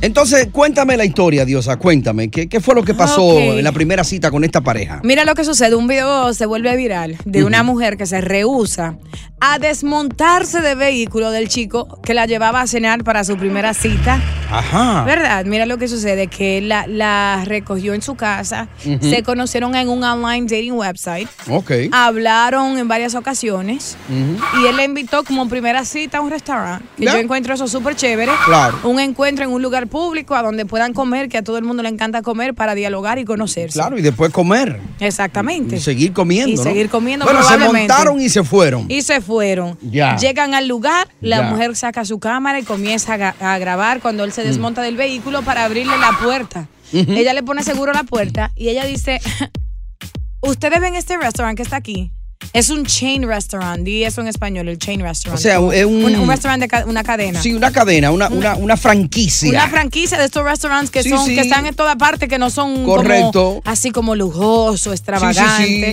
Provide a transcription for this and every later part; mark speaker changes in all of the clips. Speaker 1: Entonces, cuéntame la historia, Diosa, cuéntame. ¿Qué, qué fue lo que pasó
Speaker 2: Ok.
Speaker 1: en la primera cita con esta pareja?
Speaker 2: Mira lo que sucede, un video se vuelve viral de una mujer que se rehúsa a desmontarse de vehículo del chico que la llevaba a cenar para su primera cita.
Speaker 3: Ah.
Speaker 1: Ajá.
Speaker 2: ¿Verdad? Mira lo que sucede, que la, la recogió en su casa,
Speaker 1: Ujú.
Speaker 2: se conocieron en un online dating website,
Speaker 1: Ok.
Speaker 2: hablaron en varias ocasiones
Speaker 1: Ujú.
Speaker 2: Ah, y él la invitó como primera cita a un restaurante, que
Speaker 1: Ya.
Speaker 2: yo encuentro eso súper chévere.
Speaker 1: Claro.
Speaker 2: Un encuentro en un lugar público a donde puedan comer, que a todo el mundo le encanta comer para dialogar y conocerse.
Speaker 1: Claro, y después comer.
Speaker 2: Exactamente.
Speaker 1: Y seguir comiendo.
Speaker 2: Y
Speaker 1: ¿no?
Speaker 2: seguir comiendo
Speaker 1: Bueno, se
Speaker 2: probablemente.
Speaker 1: montaron y se fueron.
Speaker 2: Y se fueron.
Speaker 1: Ya.
Speaker 2: Llegan al lugar, la
Speaker 1: Ya.
Speaker 2: mujer saca su cámara y comienza a, ga- a grabar cuando
Speaker 1: Mm.
Speaker 2: él se desmonta del vehículo para abrirle la puerta. Ella le pone seguro a la puerta y ella dice, ustedes ven este restaurante que está aquí. Es un chain restaurant, di eso en español, el chain restaurant.
Speaker 1: O sea, es un-
Speaker 2: un, restaurante de ca- una cadena.
Speaker 1: Sí, una cadena, una, una, una franquicia.
Speaker 2: Una franquicia de estos restaurantes que
Speaker 1: ah. Sí,
Speaker 2: son
Speaker 1: sí.
Speaker 2: que están en toda parte, que no son
Speaker 1: Correcto.
Speaker 2: como así como
Speaker 1: Sí,
Speaker 2: lujoso, extravagante.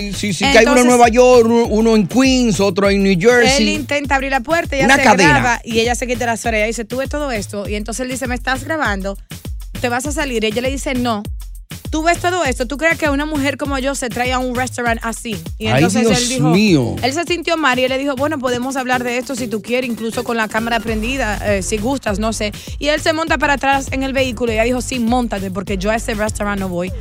Speaker 1: sí, sí, sí, sí, que hay uno en
Speaker 2: Entonces,
Speaker 1: Nueva York, uno- uno en Queens, otro en New
Speaker 2: Él
Speaker 1: Jersey.
Speaker 2: intenta abrir la puerta, ella
Speaker 1: Una
Speaker 2: se
Speaker 1: cadena.
Speaker 2: graba y ella se quita las orejas y dice, tú ves todo esto. Y entonces él dice, me estás grabando, te vas a salir. Y ella le dice, no. Tú ves todo esto, tú crees que una mujer como yo se trae a un restaurante así. Y
Speaker 1: Ay,
Speaker 2: entonces
Speaker 1: Dios
Speaker 2: él dijo,
Speaker 1: mío.
Speaker 2: él se sintió mal y él le dijo, bueno, podemos hablar de esto si tú quieres, incluso con la cámara prendida, eh, si gustas, no sé. Y él se monta para atrás en el vehículo y ella dijo, sí, montate porque yo a ese restaurante no voy.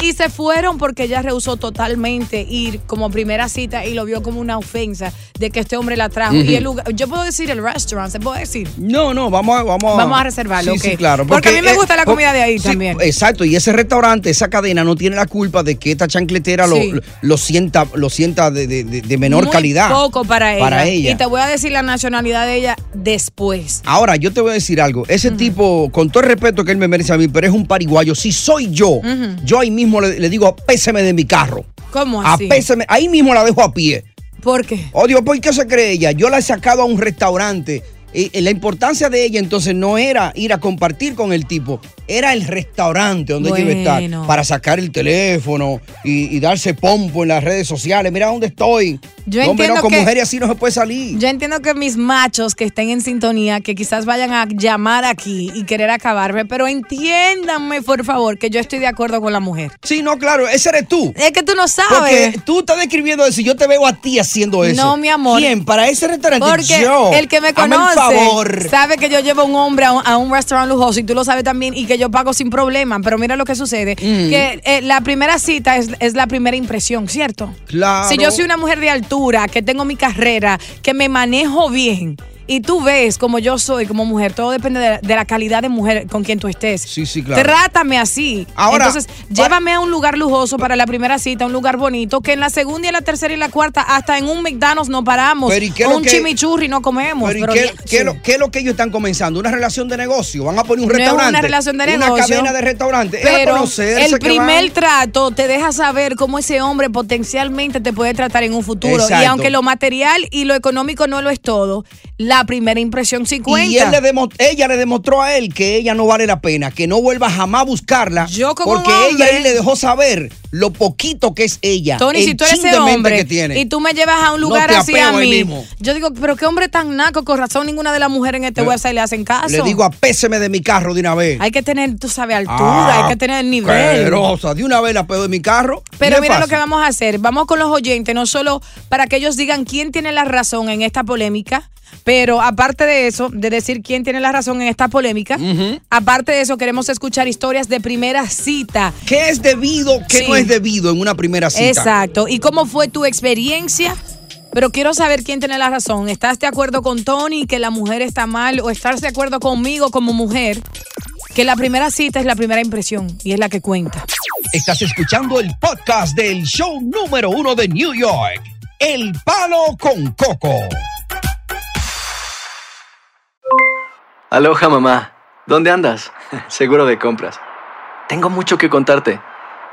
Speaker 2: Y se fueron porque ella rehusó totalmente ir como primera cita y lo vio como una ofensa de que este hombre la trajo. Y el lugar, yo puedo decir el restaurant, se puede decir.
Speaker 1: No, no, vamos a, vamos
Speaker 2: Vamos a reservarlo,
Speaker 1: Sí, sí,
Speaker 2: ok.
Speaker 1: claro.
Speaker 2: Porque a mí me
Speaker 1: eh,
Speaker 2: gusta la
Speaker 1: por-
Speaker 2: comida de ahí
Speaker 1: sí,
Speaker 2: también.
Speaker 1: Exacto, y ese restaurante, esa cadena, no tiene la culpa de que esta chancletera lo-
Speaker 2: Sí.
Speaker 1: lo, lo sienta, lo sienta de, de- de- de menor
Speaker 2: Muy
Speaker 1: calidad.
Speaker 2: Poco para ella.
Speaker 1: Para ella.
Speaker 2: Y te voy a decir la nacionalidad de ella después.
Speaker 1: Ahora, yo te voy a decir algo. Ese tipo, con todo el respeto que él me merece a mí, pero es un pariguayo. Si soy yo, yo ahí mismo le, le digo, apéseme de mi carro.
Speaker 2: ¿Cómo así?
Speaker 1: Apéseme. Ahí mismo la dejo a pie.
Speaker 2: ¿Por qué?
Speaker 1: Oh Dios, ¿por qué se cree ella? Yo la he sacado a un restaurante. Eh, eh, la importancia de ella entonces no era ir a compartir con el tipo, era el restaurante donde ella iba a estar
Speaker 2: Bueno.
Speaker 1: para sacar el teléfono y, y darse pompo en las redes sociales. Mira dónde estoy.
Speaker 2: Yo
Speaker 1: no, hombre, no,
Speaker 2: entiendo
Speaker 1: con
Speaker 2: que-
Speaker 1: mujeres así no se puede salir.
Speaker 2: Yo entiendo que mis machos que estén en sintonía, que quizás vayan a llamar aquí y querer acabarme, pero entiéndanme, por favor, que yo estoy de acuerdo con la mujer.
Speaker 1: Sí, no, claro, ese eres tú.
Speaker 2: Es que tú no sabes.
Speaker 1: Porque tú estás describiendo eso y yo te veo a ti haciendo eso.
Speaker 2: No, mi amor.
Speaker 1: ¿Quién? Para ese restaurante
Speaker 2: Porque
Speaker 1: yo.
Speaker 2: el que me
Speaker 1: Hazme el
Speaker 2: conoce
Speaker 1: favor.
Speaker 2: sabe que yo llevo un hombre a un, a un restaurante lujoso y tú lo sabes también y que yo pago sin problema. Pero mira lo que sucede:
Speaker 1: Mm.
Speaker 2: que eh, la primera cita es, es la primera impresión, ¿cierto?
Speaker 1: Claro.
Speaker 2: Si yo soy una mujer de altura, que tengo mi carrera, que me manejo bien. y tú ves como yo soy como mujer, todo depende de la, de la calidad de mujer con quien tú estés.
Speaker 1: Sí, sí, claro.
Speaker 2: Trátame así.
Speaker 1: Ahora,
Speaker 2: Entonces, llévame a un lugar lujoso para la primera cita, un lugar bonito, que en la segunda y la tercera y la cuarta, hasta en un McDonald's no paramos.
Speaker 1: Pero, ¿y qué es
Speaker 2: o
Speaker 1: lo
Speaker 2: un
Speaker 1: que-
Speaker 2: chimichurri no comemos.
Speaker 1: Pero ¿y
Speaker 2: pero
Speaker 1: qué,
Speaker 2: ya-
Speaker 1: qué es lo, qué es lo que ellos están comenzando? ¿Una relación de negocio? ¿Van a poner un
Speaker 2: No es
Speaker 1: restaurante?
Speaker 2: una relación de
Speaker 1: Una
Speaker 2: negocio.
Speaker 1: cadena de restaurantes. Es a
Speaker 2: Pero
Speaker 1: conocerse
Speaker 2: el
Speaker 1: que
Speaker 2: primer
Speaker 1: van.
Speaker 2: trato te deja saber cómo ese hombre potencialmente te puede tratar en un futuro. Y
Speaker 1: Exacto.
Speaker 2: aunque lo material y lo económico no lo es todo, la primera impresión sí cuenta.
Speaker 1: Y él le demo- ella le demostró a él que ella no vale la pena, que no vuelva jamás a buscarla.
Speaker 2: como
Speaker 1: porque
Speaker 2: un
Speaker 1: ella
Speaker 2: hombre-
Speaker 1: ahí le dejó saber lo poquito que es ella.
Speaker 2: Tony,
Speaker 1: el
Speaker 2: si tú eres
Speaker 1: chin
Speaker 2: ese
Speaker 1: de mente
Speaker 2: hombre
Speaker 1: que tiene.
Speaker 2: y tú me llevas a un
Speaker 1: No
Speaker 2: lugar
Speaker 1: te
Speaker 2: así a
Speaker 1: apego ahí
Speaker 2: mí,
Speaker 1: mismo.
Speaker 2: yo digo, pero qué hombre tan naco, con razón ninguna de las mujeres en este
Speaker 1: Le-
Speaker 2: website le hacen caso.
Speaker 1: Le digo, apéseme de mi carro de una vez.
Speaker 2: hay que tener, tú sabes, altura,
Speaker 1: Ah,
Speaker 2: hay que tener nivel.
Speaker 1: asquerosa, de una vez la pedo de mi carro.
Speaker 2: Pero
Speaker 1: No es
Speaker 2: mira lo
Speaker 1: fácil.
Speaker 2: que vamos a hacer. Vamos con los oyentes, no solo para que ellos digan quién tiene la razón en esta polémica, pero aparte de eso, de decir quién tiene la razón en esta polémica,
Speaker 1: Ujú.
Speaker 2: aparte de eso, queremos escuchar historias de primera cita.
Speaker 1: ¿Qué es debido, qué
Speaker 2: Sí.
Speaker 1: no es debido en una primera cita?
Speaker 2: Exacto. ¿Y cómo fue tu experiencia? Pero quiero saber quién tiene la razón. ¿Estás de acuerdo con Tony que la mujer está mal o estás de acuerdo conmigo como mujer que la primera cita es la primera impresión y es la que cuenta?
Speaker 1: Estás escuchando el podcast del show número uno de New York, El Palo con Coco.
Speaker 4: Aloha mamá, ¿dónde andas? Seguro de compras. Tengo mucho que contarte.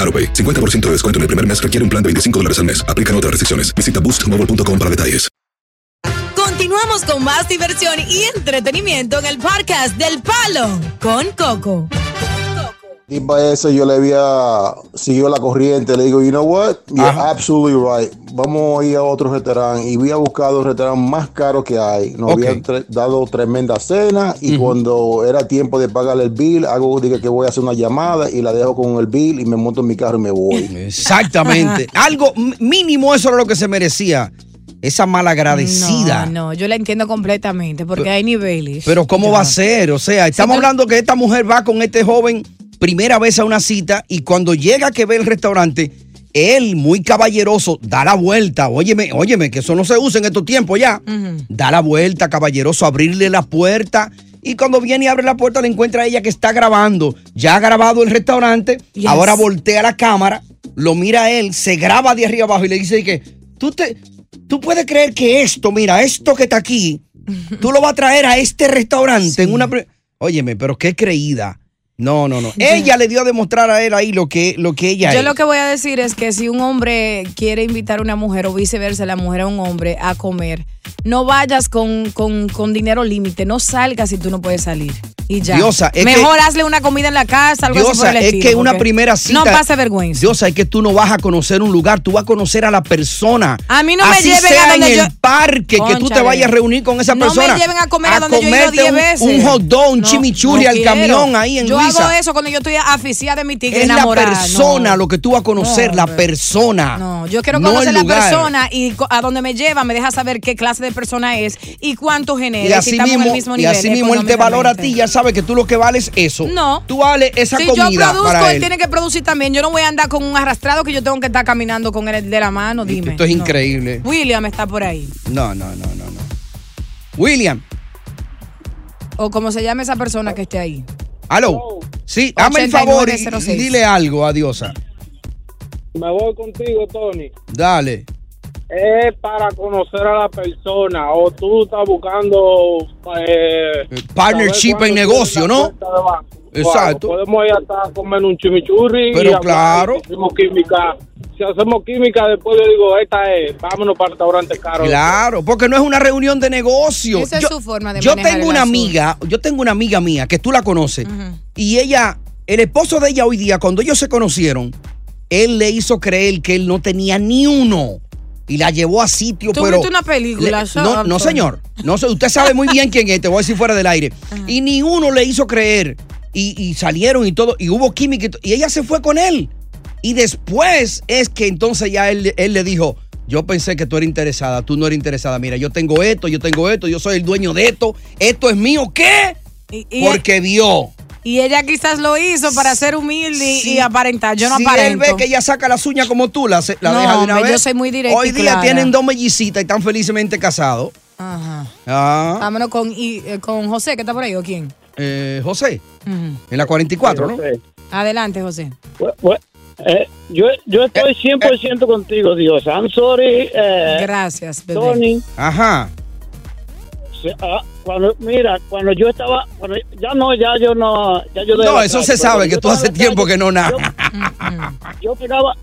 Speaker 5: AroPay. 50% de descuento en el primer mes requiere un plan de 25 dólares al mes. Aplican otras restricciones. Visita boostmobile.com para detalles.
Speaker 3: Continuamos con más diversión y entretenimiento en el podcast del Palo con Coco.
Speaker 6: Tipo eso, yo le había siguió la corriente, le digo, you know what, you're absolutely right. Vamos a ir a otro restaurante y voy a buscar los restaurantes más caros que hay. Nos
Speaker 1: Ok.
Speaker 6: habían tre- dado tremenda cena y cuando era tiempo de pagar el bill, hago dije que voy a hacer una llamada y la dejo con el bill y me monto en mi carro y me voy.
Speaker 1: Exactamente. Algo m- mínimo, eso era lo que se merecía. Esa malagradecida.
Speaker 2: No, Ah, no, yo la entiendo completamente porque hay niveles.
Speaker 1: Pero ¿cómo va a ser? O sea, estamos hablando que esta mujer va con este joven primera vez a una cita y cuando llega que ve el restaurante, él, muy caballeroso, da la vuelta. Óyeme, óyeme, que eso no se usa en estos tiempos ya. Da la vuelta, caballeroso, abrirle la puerta. Y cuando viene y abre la puerta, le encuentra a ella que está grabando. Ya ha grabado el restaurante.
Speaker 7: Yes.
Speaker 1: Ahora voltea la cámara, lo mira a él, se graba de arriba abajo y le dice que tú te, tú puedes creer que esto, mira, esto que está aquí, tú lo vas a traer a este restaurante en una. pre- Óyeme, pero qué creída. No, no, no. Ella le dio a demostrar a él ahí lo que, lo que ella
Speaker 2: Yo
Speaker 1: es.
Speaker 2: lo que voy a decir es que si un hombre quiere invitar a una mujer o viceversa, la mujer a un hombre a comer, no vayas con, con- con dinero límite, no salgas si tú no puedes salir. Y ya.
Speaker 1: Diosa, es
Speaker 2: Mejor
Speaker 1: que-
Speaker 2: hazle una comida en la casa, algo así por
Speaker 1: Diosa,
Speaker 2: el
Speaker 1: es
Speaker 2: estilo,
Speaker 1: que una
Speaker 2: porque
Speaker 1: primera cita.
Speaker 2: No pase vergüenza.
Speaker 1: Diosa, es que tú no vas a conocer un lugar, tú vas a conocer a la persona.
Speaker 2: A mí no me
Speaker 1: Así
Speaker 2: lleven a
Speaker 1: sea
Speaker 2: donde
Speaker 1: en
Speaker 2: yo-
Speaker 1: el parque, que tú te
Speaker 2: Cónchale.
Speaker 1: vayas a reunir con esa
Speaker 2: No me
Speaker 1: persona.
Speaker 2: lleven a comer a donde yo he ido
Speaker 1: comerte
Speaker 2: 10
Speaker 1: un-
Speaker 2: veces.
Speaker 1: Un hot dog, un
Speaker 2: No,
Speaker 1: chimichurri
Speaker 2: no
Speaker 1: al
Speaker 2: quiero.
Speaker 1: camión ahí en
Speaker 2: Yo hago
Speaker 1: visa.
Speaker 2: eso cuando yo estoy aficiada de mi tigre
Speaker 1: Es la
Speaker 2: enamorada.
Speaker 1: persona lo que tú vas a conocer,
Speaker 2: No,
Speaker 1: la
Speaker 2: pero-
Speaker 1: persona.
Speaker 2: No, yo quiero
Speaker 1: no el
Speaker 2: conocer la
Speaker 1: lugar.
Speaker 2: persona y co- a donde me lleva me deja saber qué clase de persona es y cuánto genera.
Speaker 1: Y
Speaker 2: si
Speaker 1: así
Speaker 2: estamos en
Speaker 1: mismo,
Speaker 2: el mismo
Speaker 1: y
Speaker 2: nivel
Speaker 1: así mismo él te valora a ti, ya sabe que tú lo que vales es eso.
Speaker 2: No.
Speaker 1: Tú vales esa
Speaker 2: si
Speaker 1: comida
Speaker 2: yo produzco,
Speaker 1: para
Speaker 2: él.
Speaker 1: él.
Speaker 2: tiene que producir también. Yo no voy a andar con un arrastrado que yo tengo que estar caminando con él de la mano, dime.
Speaker 1: Esto es
Speaker 2: No.
Speaker 1: increíble.
Speaker 2: William está por ahí.
Speaker 1: No, no, no, no, no. William,
Speaker 2: O como se llame esa persona que esté ahí.
Speaker 1: aló. Sí, dame el favor y, y
Speaker 2: 8906.
Speaker 1: dile algo a Diosa.
Speaker 7: Me voy contigo, Tony.
Speaker 1: Dale.
Speaker 7: Es para conocer a la persona o tú estás buscando eh,
Speaker 1: partnership
Speaker 7: saber
Speaker 1: en
Speaker 7: cuándo
Speaker 1: negocio,
Speaker 7: tiene la
Speaker 1: ¿no?
Speaker 7: cuenta de banco.
Speaker 1: Exacto.
Speaker 7: Bueno, podemos ir hasta comer un chimichurri.
Speaker 1: Pero
Speaker 7: y hablar,
Speaker 1: claro.
Speaker 7: si hacemos química. Si hacemos química, después yo digo, esta es, vámonos para el restaurante caro.
Speaker 1: Claro, porque no es una reunión de negocio.
Speaker 2: Esa es
Speaker 1: Yo-
Speaker 2: su forma de
Speaker 1: Yo
Speaker 2: manejar
Speaker 1: tengo
Speaker 2: el
Speaker 1: una
Speaker 2: asunto.
Speaker 1: amiga, yo tengo una amiga mía que tú la conoces y ella, el esposo de ella hoy día, cuando ellos se conocieron, él le hizo creer que él no tenía ni uno y la llevó a sitio,
Speaker 2: Tú
Speaker 1: pero
Speaker 2: viste una película,
Speaker 1: le-
Speaker 2: shut
Speaker 1: no,
Speaker 2: up,
Speaker 1: no
Speaker 2: Tony.
Speaker 1: señor, no sé, usted sabe muy bien quién es, te voy a decir fuera del aire y ni uno le hizo creer y, y salieron y todo y hubo química y to- y ella se fue con él y después es que entonces ya él, él le dijo, yo pensé que tú eras interesada, tú no eres interesada, mira, yo tengo esto, yo tengo esto, yo soy el dueño de esto, esto es mío, ¿qué?
Speaker 2: Y, y- e-,
Speaker 1: Porque vio.
Speaker 2: y ella quizás lo hizo para ser humilde y- y aparentar. Yo no
Speaker 1: si
Speaker 2: aparento.
Speaker 1: él ve que ella saca la uña como tú, la, se- la
Speaker 2: No,
Speaker 1: deja de una
Speaker 2: hombre,
Speaker 1: vez.
Speaker 2: yo soy muy directa
Speaker 1: Hoy
Speaker 2: y
Speaker 1: día
Speaker 2: clara.
Speaker 1: tienen dos mellicitas y están felizmente casados.
Speaker 2: Ajá.
Speaker 1: Ah,
Speaker 2: Vámonos con, y- eh, con José, que está por ahí, o quién.
Speaker 1: eh, José,
Speaker 2: Ujú.
Speaker 1: en la 44, ¿no?
Speaker 2: Adelante, José.
Speaker 7: Bu- bu- eh, yo, yo estoy
Speaker 2: eh.
Speaker 7: 100% contigo, Dios. I'm sorry. eh,
Speaker 2: Gracias, bebé.
Speaker 7: Tony.
Speaker 1: Ajá.
Speaker 7: se- ah, cuando, mira, cuando yo estaba. cuando- ya no, ya yo no. Ya yo
Speaker 1: No,
Speaker 7: dejé
Speaker 1: eso
Speaker 7: atrás,
Speaker 1: se
Speaker 7: pero
Speaker 1: sabe,
Speaker 7: cuando
Speaker 1: que
Speaker 7: yo
Speaker 1: tú hace
Speaker 7: estaba en la
Speaker 1: tiempo que no nada.
Speaker 7: calle, Yo pagaba.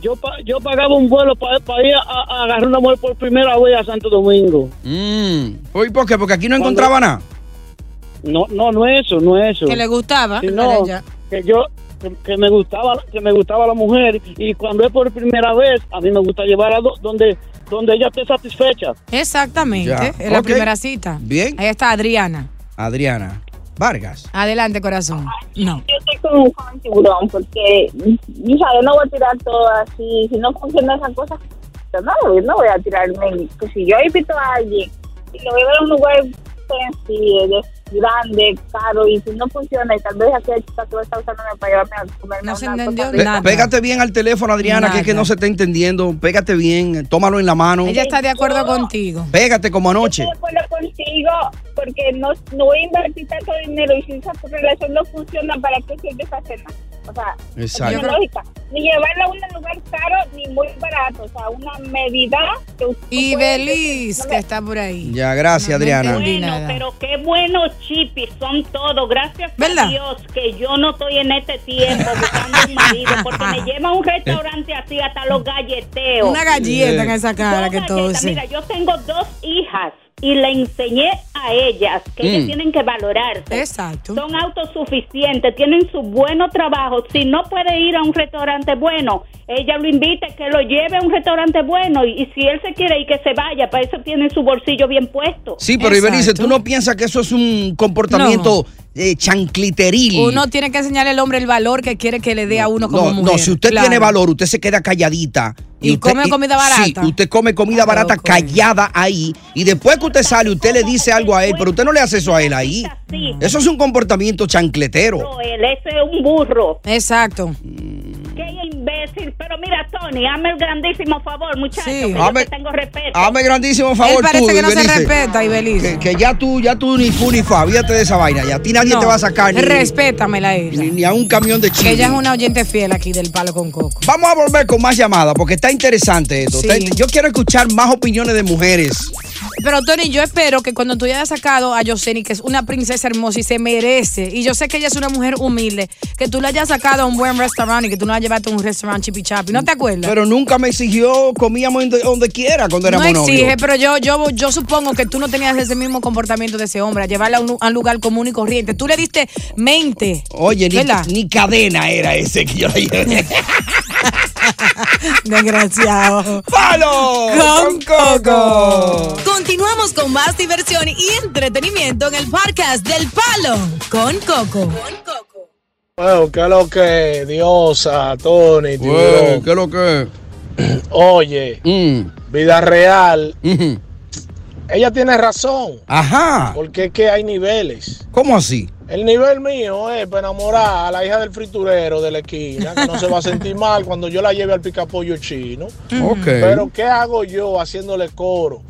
Speaker 7: Yo, pa- yo pagaba un vuelo para ir a, a agarrar una mujer por primera vez a Santo Domingo.
Speaker 1: Mm. Oye, ¿Por qué? Porque aquí no encontraba nada.
Speaker 7: No, no, no es eso, no es eso.
Speaker 2: Que le gustaba.
Speaker 7: Si
Speaker 2: para
Speaker 7: no,
Speaker 2: ella.
Speaker 7: que yo que, que me gustaba que me gustaba la mujer y cuando es por primera vez a mí me gusta llevarla do- donde donde ella esté satisfecha
Speaker 2: Exactamente.
Speaker 1: Ya,
Speaker 2: En ¿Eh? la
Speaker 1: ok.
Speaker 2: primera cita.
Speaker 1: Bien.
Speaker 2: Ahí está Adriana.
Speaker 1: Adriana Vargas.
Speaker 2: Adelante, corazón. No.
Speaker 8: Yo estoy con, con el tiburón porque, hija, yo no voy a tirar todo así. Si no funciona esas cosas, yo no, yo no voy a tirarme. Pues si yo invito a alguien y lo veo en un lugar fancy, eh, grande, caro, y si no funciona, y tal vez aquella chica que va a estar usándome para llevarme a comer. No se entendió
Speaker 1: Pe- Pégate bien al teléfono, Adriana, que es que
Speaker 2: Nada.
Speaker 1: no se está entendiendo. Pégate bien, tómalo en la mano.
Speaker 2: Ella está de acuerdo contigo.
Speaker 1: Pégate como anoche.
Speaker 8: Estoy de acuerdo contigo porque no, no voy a invertir tanto dinero y si esa relación no funciona, ¿para qué sirve esa cena? O sea,
Speaker 1: Exacto.
Speaker 8: es una lógica. Ni llevarla a un lugar caro ni muy barato, o sea, una medida que usted
Speaker 2: Y
Speaker 8: puede-
Speaker 2: Belis, que está por ahí.
Speaker 1: Ya, gracias, Adriana.
Speaker 9: Bueno, pero qué buenos chipis son todos. Gracias a Dios que yo no estoy en este tiempo buscando un marido porque me lleva a un restaurante así hasta los galleteos.
Speaker 2: Una galleta en esa cara
Speaker 9: Dos
Speaker 2: que todo
Speaker 9: galletas.
Speaker 2: se-
Speaker 9: Mira, yo tengo dos hijas y le enseñé a ellas que ellas
Speaker 2: Mm.
Speaker 9: tienen que valorarse. Exacto. Son autosuficientes, tienen su bueno trabajo. Si no puede ir a un restaurante bueno, ella lo invite, que lo lleve a un restaurante bueno. Y, y si él se quiere ir, que se vaya. Para eso tiene su bolsillo bien puesto.
Speaker 1: Sí, pero Iberice, tú no piensas que eso es un comportamiento eh, chancliteril.
Speaker 2: Uno tiene que enseñarle al hombre el valor que quiere que le dé a uno como
Speaker 1: no,
Speaker 2: mujer.
Speaker 1: no, si usted
Speaker 2: Claro.
Speaker 1: tiene valor, usted se queda calladita.
Speaker 2: Y
Speaker 1: usted-
Speaker 2: come comida barata.
Speaker 1: Sí, usted come comida barata callada ahí. Y después que usted sale, usted le dice algo a él, pero usted no le hace eso a él ahí. Eso es un comportamiento chancletero.
Speaker 9: Él ese es un burro.
Speaker 2: Exacto.
Speaker 9: Qué imbécil. Pero mira, Tony, hazme el grandísimo favor, muchacho. que yo
Speaker 1: Hazme-
Speaker 9: te tengo respeto.
Speaker 1: Hazme grandísimo favor
Speaker 2: Él parece
Speaker 1: tú,
Speaker 2: que no se
Speaker 1: Iberice.
Speaker 2: respeta, Ibelis.
Speaker 1: Que, que ya tú, ya tú ni fu ni fa, fíjate de esa vaina. Ya a ti nadie
Speaker 2: No,
Speaker 1: te va a sacar ni,
Speaker 2: Respétamela a ella.
Speaker 1: ni a un camión de
Speaker 2: Que
Speaker 1: chile.
Speaker 2: ella es una oyente fiel aquí del Palo con Coco.
Speaker 1: Vamos a volver con más llamadas porque está interesante esto.
Speaker 2: Sí.
Speaker 1: Está- yo quiero escuchar más opiniones de mujeres.
Speaker 2: Pero Tony, yo espero que cuando tú hayas sacado a Yoseni, que es una princesa hermosa y se merece, y yo sé que ella es una mujer humilde, que tú la hayas sacado a un buen restaurante y que tú no la llevaste a un restaurante chipichapi. ¿No te acuerdas?
Speaker 1: Pero nunca me exigió, comíamos en do- donde quiera cuando éramos
Speaker 2: no exige,
Speaker 1: novios.
Speaker 2: pero yo, yo, yo supongo que tú no tenías ese mismo comportamiento de ese hombre, a llevarla a un, a un lugar común y corriente. Tú le diste mente.
Speaker 1: Oye, ni,
Speaker 2: ¿Verdad?
Speaker 1: ni cadena era ese que yo le llevé.
Speaker 2: Desgraciado.
Speaker 1: ¡Palo!
Speaker 2: Con
Speaker 1: Coco!
Speaker 3: Continuamos con más diversión y entretenimiento en el podcast del Palo con Coco.
Speaker 10: Bueno, ¿qué es lo que? Diosa, Tony,
Speaker 1: Güey,
Speaker 10: tiburón.
Speaker 1: ¿qué es lo que? Mm.
Speaker 10: Oye, vida real.
Speaker 1: Ujú.
Speaker 10: Ella tiene razón.
Speaker 1: Mm. Ajá.
Speaker 10: Porque es que hay niveles.
Speaker 1: ¿Cómo así?
Speaker 10: El nivel mío es para enamorar a la hija del friturero de la esquina, que no se va a sentir mal cuando yo la lleve al picapollo chino.
Speaker 1: Ok.
Speaker 10: Pero ¿qué hago yo haciéndole coro?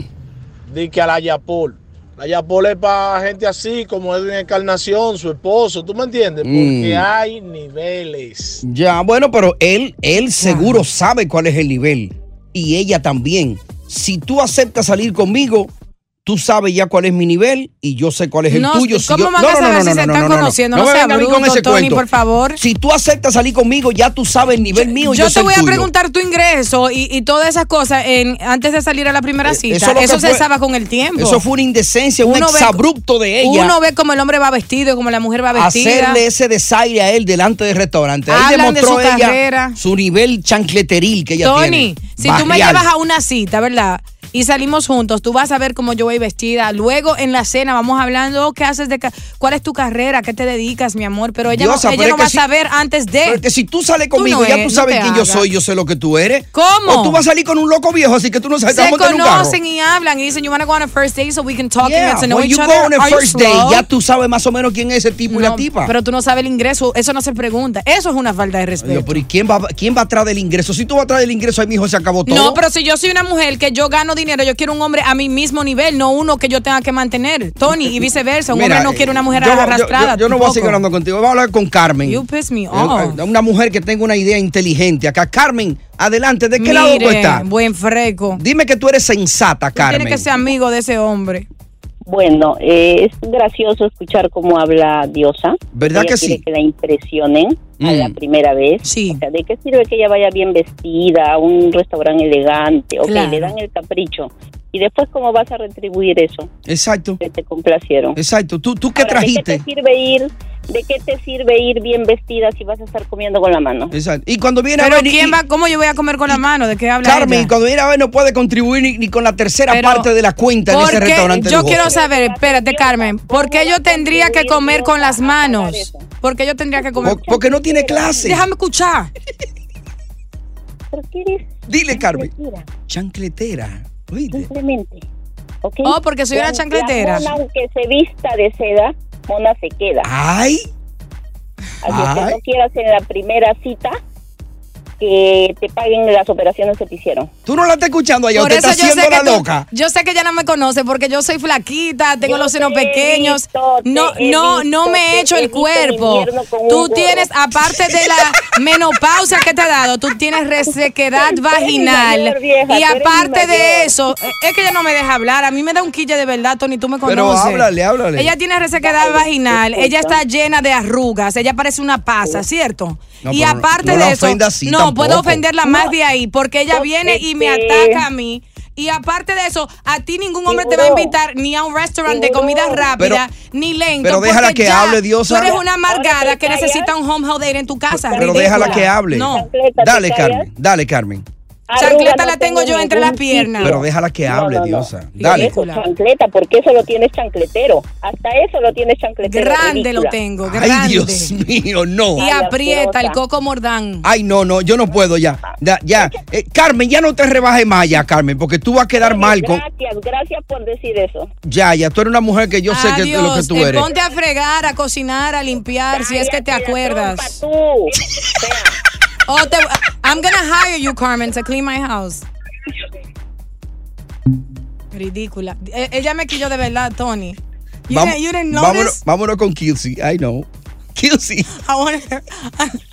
Speaker 10: De que a la Yapol. La Yapol es para gente así como Edwin Encarnación, su esposo, ¿tú me entiendes? Porque
Speaker 1: Mm.
Speaker 10: hay niveles.
Speaker 1: Ya, bueno, pero él, él seguro sabe cuál es el nivel. Y ella también. Si tú aceptas salir conmigo, tú sabes ya cuál es mi nivel y yo sé cuál es el
Speaker 2: No,
Speaker 1: tuyo.
Speaker 2: ¿cómo van a saber si se están conociendo? No
Speaker 1: me
Speaker 2: sea
Speaker 1: venga a mí
Speaker 2: bruto, Tony, por
Speaker 1: favor. Si tú aceptas salir conmigo, ya tú sabes el nivel mío y yo,
Speaker 2: Yo te
Speaker 1: sé el
Speaker 2: voy a
Speaker 1: tuyo.
Speaker 2: preguntar tu ingreso y, y todas esas cosas en- antes de salir a la primera cita.
Speaker 1: Eh, eso
Speaker 2: Eso,
Speaker 1: es lo que
Speaker 2: se
Speaker 1: fue-
Speaker 2: sabe con el tiempo.
Speaker 1: Eso fue una indecencia, un
Speaker 2: Uno ve-
Speaker 1: exabrupto de ella.
Speaker 2: Uno ve cómo el hombre va vestido, cómo la mujer va vestida.
Speaker 1: hacerle ese desaire a él delante del restaurante. Ahí
Speaker 2: Hablan de
Speaker 1: demostró
Speaker 2: su
Speaker 1: ella
Speaker 2: carrera.
Speaker 1: su nivel chancleteril que ella tiene.
Speaker 2: Tony, si tú me
Speaker 1: Barrial.
Speaker 2: llevas a una cita, ¿verdad? Y salimos juntos, tú vas a ver cómo yo voy vestida. Luego en la cena vamos hablando, oh, ¿qué haces de ca- cuál es tu carrera, qué te dedicas, mi amor? Pero ella
Speaker 1: Diosa,
Speaker 2: no, ella
Speaker 1: pero es
Speaker 2: no
Speaker 1: que
Speaker 2: va
Speaker 1: si-
Speaker 2: a saber antes de.
Speaker 1: Pero es que si tú sales conmigo,
Speaker 2: no
Speaker 1: ya
Speaker 2: es-
Speaker 1: tú
Speaker 2: no
Speaker 1: sabes
Speaker 2: te
Speaker 1: quién yo
Speaker 2: hagas.
Speaker 1: soy, yo sé lo que tú eres.
Speaker 2: ¿Cómo?
Speaker 1: O tú vas a salir con un loco viejo, así que tú no sabes te vas
Speaker 2: Se
Speaker 1: a montar en un carro.
Speaker 2: conocen y hablan y dicen, you wanna go on a first date so we can talk and
Speaker 1: Yeah,
Speaker 2: get to know
Speaker 1: when
Speaker 2: each
Speaker 1: you
Speaker 2: other.
Speaker 1: go on a
Speaker 2: Are you
Speaker 1: first date,
Speaker 2: slow?
Speaker 1: ya tú sabes más o menos quién es ese tipo y la
Speaker 2: No,
Speaker 1: tipa.
Speaker 2: Pero tú no sabes el ingreso, eso no se pregunta. Eso es una falta de respeto.
Speaker 1: Yo, pero ¿y quién va, quién va atrás del ingreso? Si tú vas atrás del ingreso, ahí mijo se acabó todo.
Speaker 2: No, pero si yo soy una mujer que yo gano dinero, yo quiero un hombre a mi mismo nivel, no uno que yo tenga que mantener. Tony, y viceversa, un
Speaker 1: Mira,
Speaker 2: hombre no quiere una mujer
Speaker 1: yo- yo-
Speaker 2: arrastrada.
Speaker 1: Yo, yo no voy a seguir
Speaker 2: tampoco.
Speaker 1: hablando contigo, voy a hablar con Carmen.
Speaker 2: You piss me off.
Speaker 1: Eh, Una mujer que tenga una idea inteligente. Acá, Carmen, adelante, ¿de qué lado tú
Speaker 2: Mire,
Speaker 1: estás?
Speaker 2: Buen freco.
Speaker 1: Dime que tú eres sensata, Carmen.
Speaker 2: Tiene que ser amigo de ese hombre.
Speaker 11: Bueno, eh, es gracioso escuchar cómo habla Diosa.
Speaker 1: ¿Verdad
Speaker 11: Ella
Speaker 1: que
Speaker 11: quiere
Speaker 1: sí?
Speaker 11: Que la impresionen a la
Speaker 1: Mm.
Speaker 11: primera vez. Sí. O sea, ¿de qué sirve que ella vaya bien vestida a un restaurante elegante? Ok,
Speaker 1: Claro.
Speaker 11: le dan el capricho. Y después, ¿cómo vas a retribuir eso?
Speaker 1: Exacto.
Speaker 11: Que te complacieron.
Speaker 1: Exacto. ¿Tú, tú qué
Speaker 11: Ahora, ¿De
Speaker 1: trajiste?
Speaker 11: qué te sirve ir? ¿De qué te sirve ir bien vestida si vas a estar comiendo con la mano?
Speaker 1: Exacto. Y cuando viene
Speaker 2: Pero
Speaker 1: a ver. y-
Speaker 2: quién va, ¿cómo yo voy a comer con la mano? ¿De qué habla
Speaker 1: Carmen,
Speaker 2: ella?
Speaker 1: y cuando viene a ver, no puede contribuir ni, ni con la tercera
Speaker 2: Pero,
Speaker 1: parte de la cuenta en ese
Speaker 2: ¿por qué?
Speaker 1: restaurante.
Speaker 2: Yo
Speaker 1: lujoso.
Speaker 2: quiero saber, espérate, Carmen, ¿por qué yo tendría que comer con las manos? ¿Por qué yo tendría que comer?
Speaker 1: Porque no tiene clase.
Speaker 2: Déjame escuchar.
Speaker 1: Dile, Carmen. Chancletera.
Speaker 11: Simplemente. ¿ok?
Speaker 2: Oh, porque soy una
Speaker 11: La- la
Speaker 2: chancletera.
Speaker 11: mona, aunque se vista de seda, mona se queda.
Speaker 1: Ay.
Speaker 11: Así es
Speaker 1: Ay.
Speaker 11: que no quieras en la primera cita que te paguen las operaciones que te hicieron.
Speaker 1: Tú no la estás escuchando allá, usted está haciendo la
Speaker 2: tú-
Speaker 1: loca.
Speaker 2: yo sé que ella no me conoce porque yo soy flaquita, tengo
Speaker 11: Yo
Speaker 2: los senos
Speaker 11: te he
Speaker 2: pequeños.
Speaker 11: visto, te
Speaker 2: no,
Speaker 11: he
Speaker 2: no,
Speaker 11: visto,
Speaker 2: no me
Speaker 11: te
Speaker 2: he hecho
Speaker 11: he
Speaker 2: el
Speaker 11: visto en
Speaker 2: cuerpo.
Speaker 11: invierno con un
Speaker 2: Tú
Speaker 11: gorro.
Speaker 2: tienes, aparte de la menopausia que te ha dado, tú tienes resequedad
Speaker 11: Tú eres mi
Speaker 2: vaginal.
Speaker 11: mayor, vieja, tú
Speaker 2: y
Speaker 11: eres mi
Speaker 2: aparte
Speaker 11: mayor.
Speaker 2: de eso, eh, es que ella no me deja hablar. A mí me da un quille de verdad, Tony, tú me conoces.
Speaker 1: Pero háblale, háblale.
Speaker 2: Ella tiene resequedad vaginal, ella está llena de arrugas, ella parece una pasa, ¿cierto?
Speaker 1: No,
Speaker 2: y
Speaker 1: pero no-
Speaker 2: aparte
Speaker 1: no la
Speaker 2: de eso,
Speaker 1: ofenda así
Speaker 2: no puedo
Speaker 1: tampoco.
Speaker 2: ofenderla más de ahí porque ella
Speaker 11: no,
Speaker 2: viene y me
Speaker 11: este-
Speaker 2: ataca a mí. Y aparte de eso, a ti ningún hombre te va a
Speaker 11: Tiburón.
Speaker 2: invitar ni a un restaurante de comida rápida ni lento.
Speaker 1: pero déjala
Speaker 2: porque
Speaker 1: que
Speaker 2: ya
Speaker 1: hable, Diosa.
Speaker 2: Tú eres una amargada
Speaker 11: Ahora te
Speaker 2: que
Speaker 11: callas.
Speaker 2: necesita un home holiday en tu casa.
Speaker 1: Pero
Speaker 2: ridícula.
Speaker 1: déjala que hable.
Speaker 2: No.
Speaker 1: Dale, Carmen. Dale, Carmen.
Speaker 2: Chancleta la tengo yo entre las piernas.
Speaker 1: Pero déjala que hable,
Speaker 11: no, no.
Speaker 1: Diosa. Dale.
Speaker 11: Eso, chancleta, porque eso lo tienes chancletero. Hasta eso lo tienes chancletero.
Speaker 2: Grande lo
Speaker 11: ridícula.
Speaker 2: tengo,
Speaker 1: Ay,
Speaker 2: grande.
Speaker 1: Dios mío, no.
Speaker 2: Y aprieta el coco mordán.
Speaker 1: Ay, no, no, yo no puedo ya. Ya, ya. Eh, Carmen, ya no te rebajes más ya, Carmen, porque tú vas a quedar mal con.
Speaker 11: Gracias, gracias por decir eso.
Speaker 1: Ya, ya, tú eres una mujer que yo sé que es lo que
Speaker 2: Adiós,
Speaker 1: tú
Speaker 2: eh,
Speaker 1: eres.
Speaker 2: ponte a fregar, a cocinar, a limpiar, si es que te acuerdas. Oh, te- I'm gonna hire you, Carmen, to clean my house. Ridícula. Eh, ella me quilló de verdad, Tony. You,
Speaker 1: Vam-
Speaker 2: didn't, you didn't know
Speaker 1: vámonos,
Speaker 2: this?
Speaker 1: vámonos con Kelsey. I know. Kelsey.
Speaker 2: I wanna-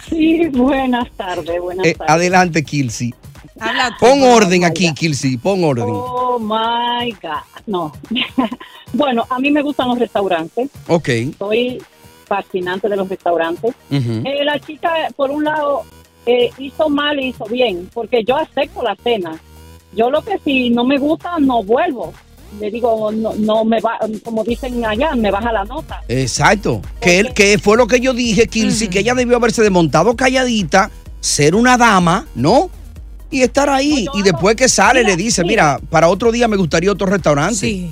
Speaker 12: Sí, buenas tardes, buenas
Speaker 1: Eh,
Speaker 12: tardes.
Speaker 1: adelante, Kelsey.
Speaker 2: Habla tú.
Speaker 1: Pon orden aquí, Kelsey. Pon orden.
Speaker 12: Oh my God, no. bueno, a mí me gustan los restaurantes.
Speaker 1: Ok.
Speaker 12: Soy fascinante de los restaurantes.
Speaker 1: Ujú.
Speaker 12: Eh, la chica, por un lado, eh, hizo mal y hizo bien, porque yo acepto la cena. Yo lo que si no me gusta, no vuelvo. Le digo, no, no me va, como dicen allá, me baja la nota.
Speaker 1: Exacto. Que, él, que fue lo que yo dije, Kelsey, que ella debió haberse desmontado calladita, ser una dama, ¿no? Y estar ahí. y después que sale, le dice, mira, para otro día me gustaría otro restaurante.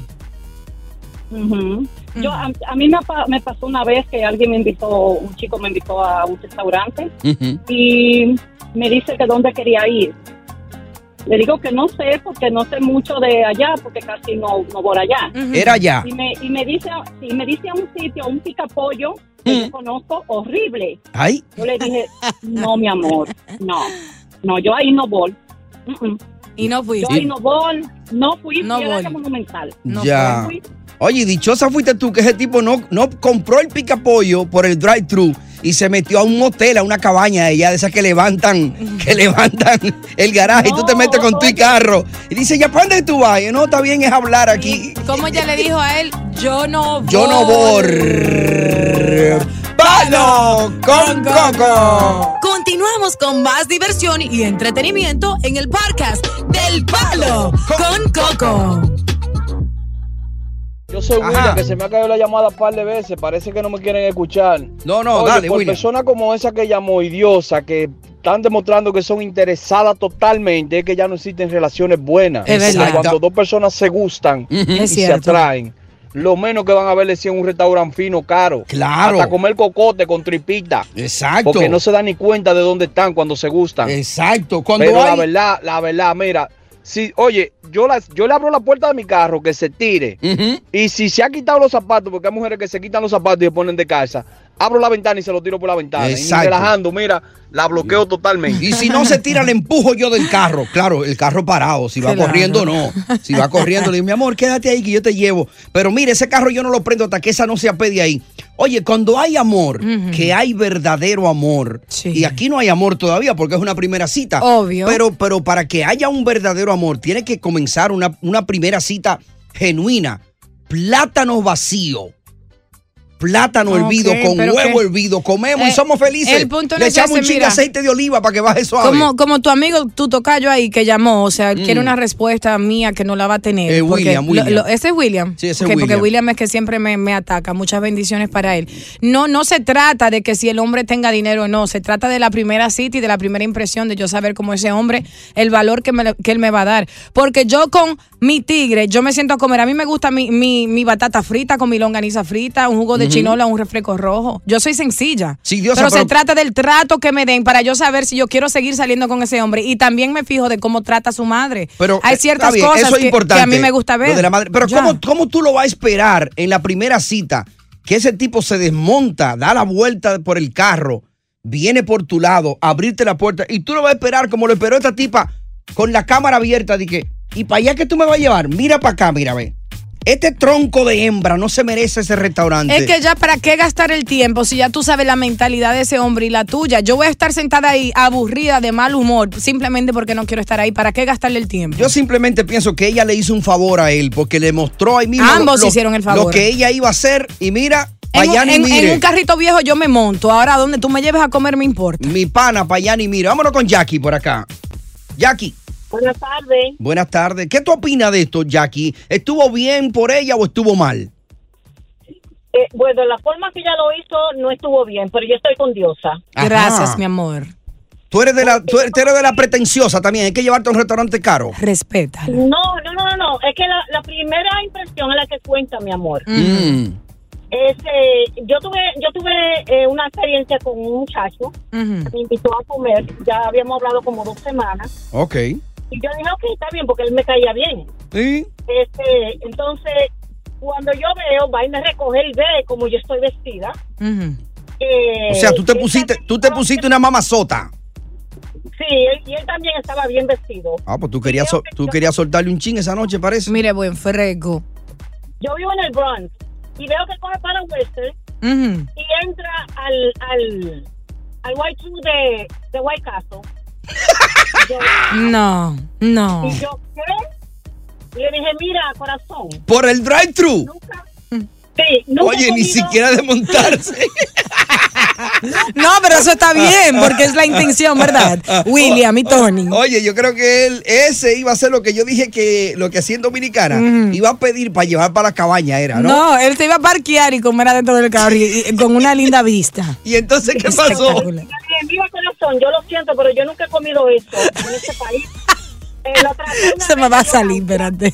Speaker 12: Ujú. Yo, a, a mí me, pa- me pasó una vez que alguien me invitó, un chico me invitó a un restaurante y me dice que dónde quería ir. Le digo que no sé porque no sé mucho de allá porque casi no, no voy allá.
Speaker 1: Era allá.
Speaker 12: Y me, y me dice, y me dice a un sitio, a un picapollo que yo conozco horrible.
Speaker 1: Ay.
Speaker 12: Yo le dije, no, mi amor, no, no, yo ahí no voy.
Speaker 2: Y no fui.
Speaker 12: Yo ahí no voy, no fui,
Speaker 2: No
Speaker 12: no
Speaker 2: voy.
Speaker 12: monumental.
Speaker 1: ya.
Speaker 12: No fui.
Speaker 1: Oye, y dichosa fuiste tú que ese tipo no, no compró el picapollo por el drive-thru y se metió a un hotel, a una cabaña de ella, de esas que levantan, que levantan el garaje y tú te metes con tu carro. Y dice, ¿ya para dónde tú vas? Y yo, no, está bien, es hablar aquí.
Speaker 2: Como ella le dijo a él, yo no voy.
Speaker 1: Yo no voy. ¡Palo con coco!
Speaker 3: Continuamos con más diversión y entretenimiento en el podcast del Palo con Coco.
Speaker 13: Yo soy William, que se me ha caído la llamada un par de veces. Parece que no me quieren escuchar.
Speaker 1: No, no, dale,
Speaker 13: por
Speaker 1: William.
Speaker 13: personas como esa que llamó idiosa, que están demostrando que son interesadas totalmente, es que ya no existen relaciones buenas.
Speaker 1: Es verdad.
Speaker 13: Cuando dos personas se gustan y
Speaker 1: Es
Speaker 13: se
Speaker 1: cierto.
Speaker 13: atraen. Lo menos que van a verle si es un restaurante fino caro.
Speaker 1: Claro.
Speaker 13: Hasta comer cocote con tripita.
Speaker 1: Exacto.
Speaker 13: Porque no se dan ni cuenta de dónde están cuando se gustan.
Speaker 1: Exacto. Cuando
Speaker 13: Pero la
Speaker 1: hay-
Speaker 13: verdad, la verdad, mira, si, oye, yo, la, yo le abro la puerta de mi carro que se tire. Y si se ha quitado los zapatos, porque hay mujeres que se quitan los zapatos y se ponen de casa, abro la ventana y se lo tiro por la ventana.
Speaker 1: Exacto.
Speaker 13: Y relajando, mira, la bloqueo totalmente.
Speaker 1: Y si no se tira, le empujo yo del carro. Claro, el carro parado. Si va
Speaker 13: Claro.
Speaker 1: corriendo, no. Si va corriendo, le digo, mi amor, quédate ahí que yo te llevo. Pero mire, ese carro yo no lo prendo hasta que esa no se apede ahí. Oye, cuando hay amor, que hay verdadero amor, y aquí no hay amor todavía porque es una primera cita.
Speaker 2: Obvio.
Speaker 1: Pero, pero para que haya un verdadero amor, tiene que comenzar una, una primera cita genuina. Plátano vacío. Plátano
Speaker 2: Ok,
Speaker 1: hervido con
Speaker 2: pero
Speaker 1: huevo
Speaker 2: que-
Speaker 1: hervido, comemos y
Speaker 2: Eh,
Speaker 1: somos felices.
Speaker 2: el punto no
Speaker 1: Le
Speaker 2: es
Speaker 1: echamos
Speaker 2: ese,
Speaker 1: un chingo de
Speaker 2: mira.
Speaker 1: aceite de oliva para que baje suave.
Speaker 2: Como, como tu amigo, tu tocayo ahí que llamó, o sea,
Speaker 1: Mm.
Speaker 2: quiere una respuesta mía que no la va a tener.
Speaker 1: Eh,
Speaker 2: porque
Speaker 1: William,
Speaker 2: lo-
Speaker 1: William.
Speaker 2: lo- ese es William.
Speaker 1: Sí, ese es
Speaker 2: Ok, Porque
Speaker 1: William.
Speaker 2: William es que siempre me, me ataca. Muchas bendiciones para él. No, no se trata de que si el hombre tenga dinero o no. Se trata de la primera cita y de la primera impresión de yo saber cómo ese hombre, el valor que, me le- que él me va a dar. Porque yo con mi tigre, yo me siento a comer. A mí me gusta mi, mi, mi batata frita con mi longaniza frita, un jugo de
Speaker 1: Ujú.
Speaker 2: chinola, un refresco rojo. Yo soy sencilla.
Speaker 1: Sí, Diosa,
Speaker 2: pero, se
Speaker 1: pero-
Speaker 2: trata del trato que me den para yo saber si yo quiero seguir saliendo con ese hombre. Y también me fijo de cómo trata a su madre.
Speaker 1: Pero
Speaker 2: Hay
Speaker 1: eh,
Speaker 2: ciertas
Speaker 1: está bien,
Speaker 2: cosas
Speaker 1: eso es
Speaker 2: que,
Speaker 1: importante,
Speaker 2: que a mí me gusta ver.
Speaker 1: lo de la madre. Pero
Speaker 2: Ya.
Speaker 1: ¿cómo, ¿cómo tú lo vas a esperar en la primera cita que ese tipo se desmonta, da la vuelta por el carro, viene por tu lado, abrirte la puerta y tú lo vas a esperar como lo esperó esta tipa con la cámara abierta de que, ¿y para allá que tú me vas a llevar? Mira para acá, mira, ve. Este tronco de hembra no se merece ese restaurante.
Speaker 2: Es que ya para qué gastar el tiempo si ya tú sabes la mentalidad de ese hombre y la tuya. Yo voy a estar sentada ahí aburrida de mal humor simplemente porque no quiero estar ahí. ¿Para qué gastarle el tiempo?
Speaker 1: Yo simplemente pienso que ella le hizo un favor a él porque le mostró ahí mismo
Speaker 2: Ambos hicieron el favor.
Speaker 1: lo que ella iba a hacer y mira,
Speaker 2: En un,
Speaker 1: allá ni
Speaker 2: en-
Speaker 1: mire.
Speaker 2: en un carrito viejo yo me monto. Ahora donde tú me lleves a comer me importa.
Speaker 1: Mi pana, para allá ni mira. Vámonos con Jackie por acá. Jackie.
Speaker 11: Buenas tardes.
Speaker 1: Buenas tardes. ¿Qué tú opinas de esto, Jackie? ¿Estuvo bien por ella o estuvo mal?
Speaker 11: Eh, bueno, la forma que ella lo hizo no estuvo bien, pero yo estoy con Diosa.
Speaker 1: Ajá.
Speaker 2: Gracias, mi amor.
Speaker 1: Tú eres de la, tú eres, tú eres de la pretenciosa también. Hay que llevarte a un restaurante caro.
Speaker 2: Respeta.
Speaker 11: No, no, no, no, no. Es que la, la primera impresión es la que cuenta, mi amor. Este, yo tuve, yo tuve eh, una experiencia con un muchacho que me invitó a comer. Ya habíamos hablado como dos semanas.
Speaker 1: Ok.
Speaker 11: Y yo dije, ok, está bien, porque él me caía bien.
Speaker 1: Sí.
Speaker 11: Este, entonces, cuando yo veo, va y me recoge y ve cómo yo estoy vestida. Eh,
Speaker 1: O sea, tú te pusiste, tú te pusiste una mamazota.
Speaker 11: Sí, él- y él también estaba bien vestido.
Speaker 1: Ah, pues tú querías, sol- tú querías soltarle un ching esa noche, parece.
Speaker 2: Mire, buen frego.
Speaker 11: Yo vivo en el Bronx y veo que coge para Western y entra al, al, al White Tree de, de White Castle.
Speaker 2: No, no.
Speaker 11: Y yo, ¿qué? Y le dije, mira, corazón.
Speaker 1: Por el drive-thru.
Speaker 11: Sí, nunca he
Speaker 1: Oye, ni
Speaker 11: comido-
Speaker 1: siquiera de montarse.
Speaker 2: No, pero eso está bien, porque es la intención, ¿verdad? William y Tony.
Speaker 1: Oye, yo creo que él, ese iba a ser lo que yo dije que lo que hacía en Dominicana iba a pedir para llevar para la cabaña, era, Ah, ¿no?
Speaker 2: No, él se iba a parquear y comer adentro del carro y- y- con una linda vista.
Speaker 1: ¿Y entonces qué pasó?
Speaker 11: Yo le dije, mira, corazón, yo lo siento, pero yo nunca he comido esto en este país. Eh, la otra vez
Speaker 2: Se me va a salir, espérate.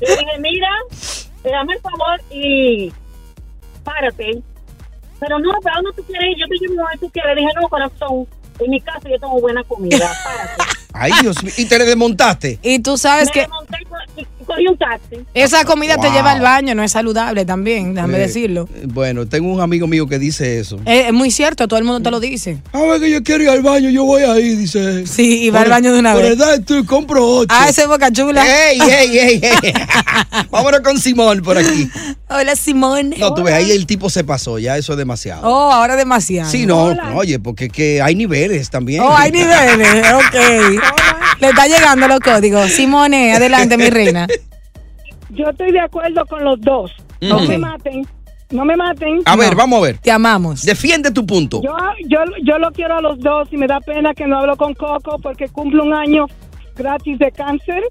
Speaker 11: Le dije, mira, te dame el favor y párate. Pero no, pero ¿a dónde tú quieres ir? Yo te llevo donde tú quieres. Dije, no, corazón, en mi casa yo tengo buena comida, párate.
Speaker 1: Ay, Dios mío. Y te le desmontaste. Eh,
Speaker 2: Y tú sabes
Speaker 11: Me
Speaker 2: que
Speaker 11: Cogí un taxi.
Speaker 2: esa comida te
Speaker 1: Wow.
Speaker 2: lleva al baño, no es saludable también, déjame
Speaker 1: Eh,
Speaker 2: decirlo.
Speaker 1: Bueno, tengo un amigo mío que dice eso.
Speaker 2: Eh, es muy cierto, todo el mundo te lo dice.
Speaker 1: A ver que yo quiero ir al baño, yo voy ahí, dice.
Speaker 2: Sí, y va al
Speaker 1: Por-
Speaker 2: baño de una
Speaker 1: por
Speaker 2: vez.
Speaker 1: edad, tú compro ocho.
Speaker 2: Ah, ese boca chula.
Speaker 1: ¡Ey, ey, ey, ey! Vámonos con Simón por aquí.
Speaker 2: Hola, Simón.
Speaker 1: No, tú ves, ahí el tipo se pasó, ya eso es demasiado.
Speaker 2: Oh, ahora demasiado.
Speaker 1: Sí, no, no, oye, porque que hay niveles también.
Speaker 2: Oh, hay niveles, ok. Le está llegando los códigos. Simone, adelante, mi reina.
Speaker 11: Yo estoy de acuerdo con los dos. No
Speaker 1: Ujú.
Speaker 11: me maten. No me maten.
Speaker 1: A ver, vamos a ver.
Speaker 2: Te amamos.
Speaker 1: Defiende tu punto.
Speaker 11: Yo, yo, yo lo quiero a los dos y me da pena que no hablo con Coco porque cumple un año gratis de cáncer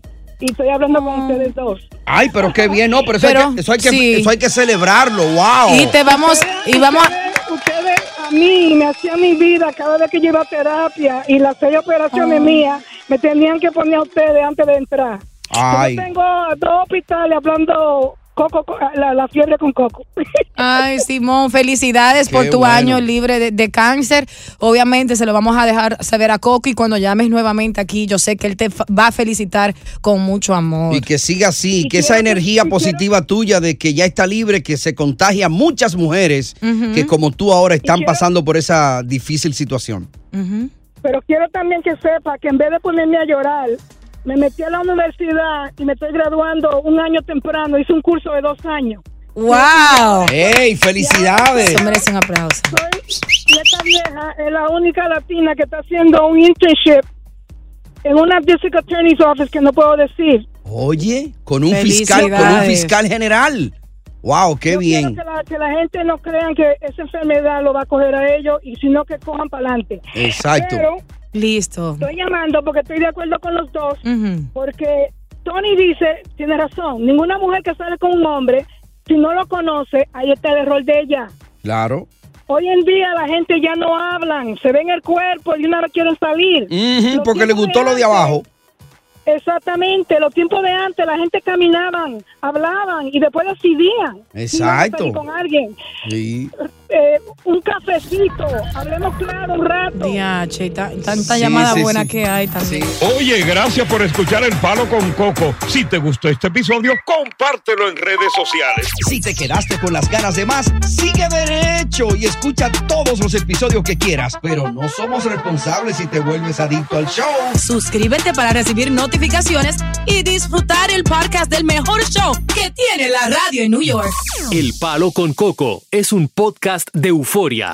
Speaker 11: y estoy hablando con ustedes dos.
Speaker 1: Ay, pero qué bien, no, pero eso,
Speaker 2: Pero,
Speaker 1: hay, que, eso, hay, que,
Speaker 2: sí.
Speaker 1: eso hay que celebrarlo, wow.
Speaker 2: Y te vamos, y vamos a...
Speaker 11: Ustedes a mí me hacían mi vida cada vez que yo iba a terapia y las seis operaciones
Speaker 2: Ah.
Speaker 11: mías me tenían que poner a ustedes antes de entrar.
Speaker 1: Ay.
Speaker 11: Yo tengo a dos hospitales hablando coco, co- la, la fiebre con coco.
Speaker 2: Ay, Simón, felicidades
Speaker 11: Qué
Speaker 2: por tu
Speaker 11: bueno.
Speaker 2: año libre de, de cáncer. Obviamente se lo vamos a dejar saber a Coco y cuando llames nuevamente aquí, yo sé que él te fa- va a felicitar con mucho amor.
Speaker 1: Y que siga así, que esa energía positiva tuya de que ya está libre, que se contagia a muchas mujeres
Speaker 11: Ujú.
Speaker 1: que como tú ahora están
Speaker 11: quiero-
Speaker 1: pasando por esa difícil situación.
Speaker 11: Pero quiero también que sepa que en vez de ponerme a llorar, me metí a la universidad y me estoy graduando un año temprano. Hice un curso de dos años.
Speaker 2: ¡Wow!
Speaker 1: ¡Ey, felicidades!
Speaker 2: Se merecen aplausos.
Speaker 11: Y esta vieja es la única latina que está haciendo un internship en una district attorney's office que no puedo decir.
Speaker 1: Oye, con un fiscal, con un
Speaker 2: Felicidades.
Speaker 1: fiscal general. Wow, qué bien.
Speaker 11: Que la, que la gente no crean que esa enfermedad lo va a coger a ellos y sino que cojan para adelante.
Speaker 1: Exacto.
Speaker 11: Pero
Speaker 2: Listo.
Speaker 11: estoy llamando porque estoy de acuerdo con los dos. Porque Tony dice, tiene razón, ninguna mujer que sale con un hombre, si no lo conoce, ahí está el error de ella.
Speaker 1: Claro.
Speaker 11: Hoy en día la gente ya no hablan, se ven el cuerpo y una vez quieren salir.
Speaker 1: Ujú,
Speaker 11: Los
Speaker 1: porque le
Speaker 11: tiempos
Speaker 1: gustó
Speaker 11: de
Speaker 1: lo de
Speaker 11: antes-
Speaker 1: abajo.
Speaker 11: Exactamente, los tiempos de antes la gente caminaban, hablaban y después decidían. si iban a
Speaker 1: Exacto.
Speaker 11: salir con alguien,
Speaker 1: Sí.
Speaker 11: Eh, un cafecito, hablemos claro un rato.
Speaker 2: Diache, ta- tanta
Speaker 14: Sí,
Speaker 2: llamada
Speaker 14: sí,
Speaker 2: buena
Speaker 14: sí.
Speaker 2: que hay también.
Speaker 14: Oye, gracias por escuchar El Palo con Coco. Si te gustó este episodio, compártelo en redes sociales.
Speaker 1: Si te quedaste con las ganas de más, sigue derecho y escucha todos los episodios que quieras, pero no somos responsables si te vuelves adicto al show.
Speaker 3: Suscríbete para recibir notificaciones y disfrutar el podcast del mejor show que tiene la radio en New York.
Speaker 15: El Palo con Coco es un podcast de euforia.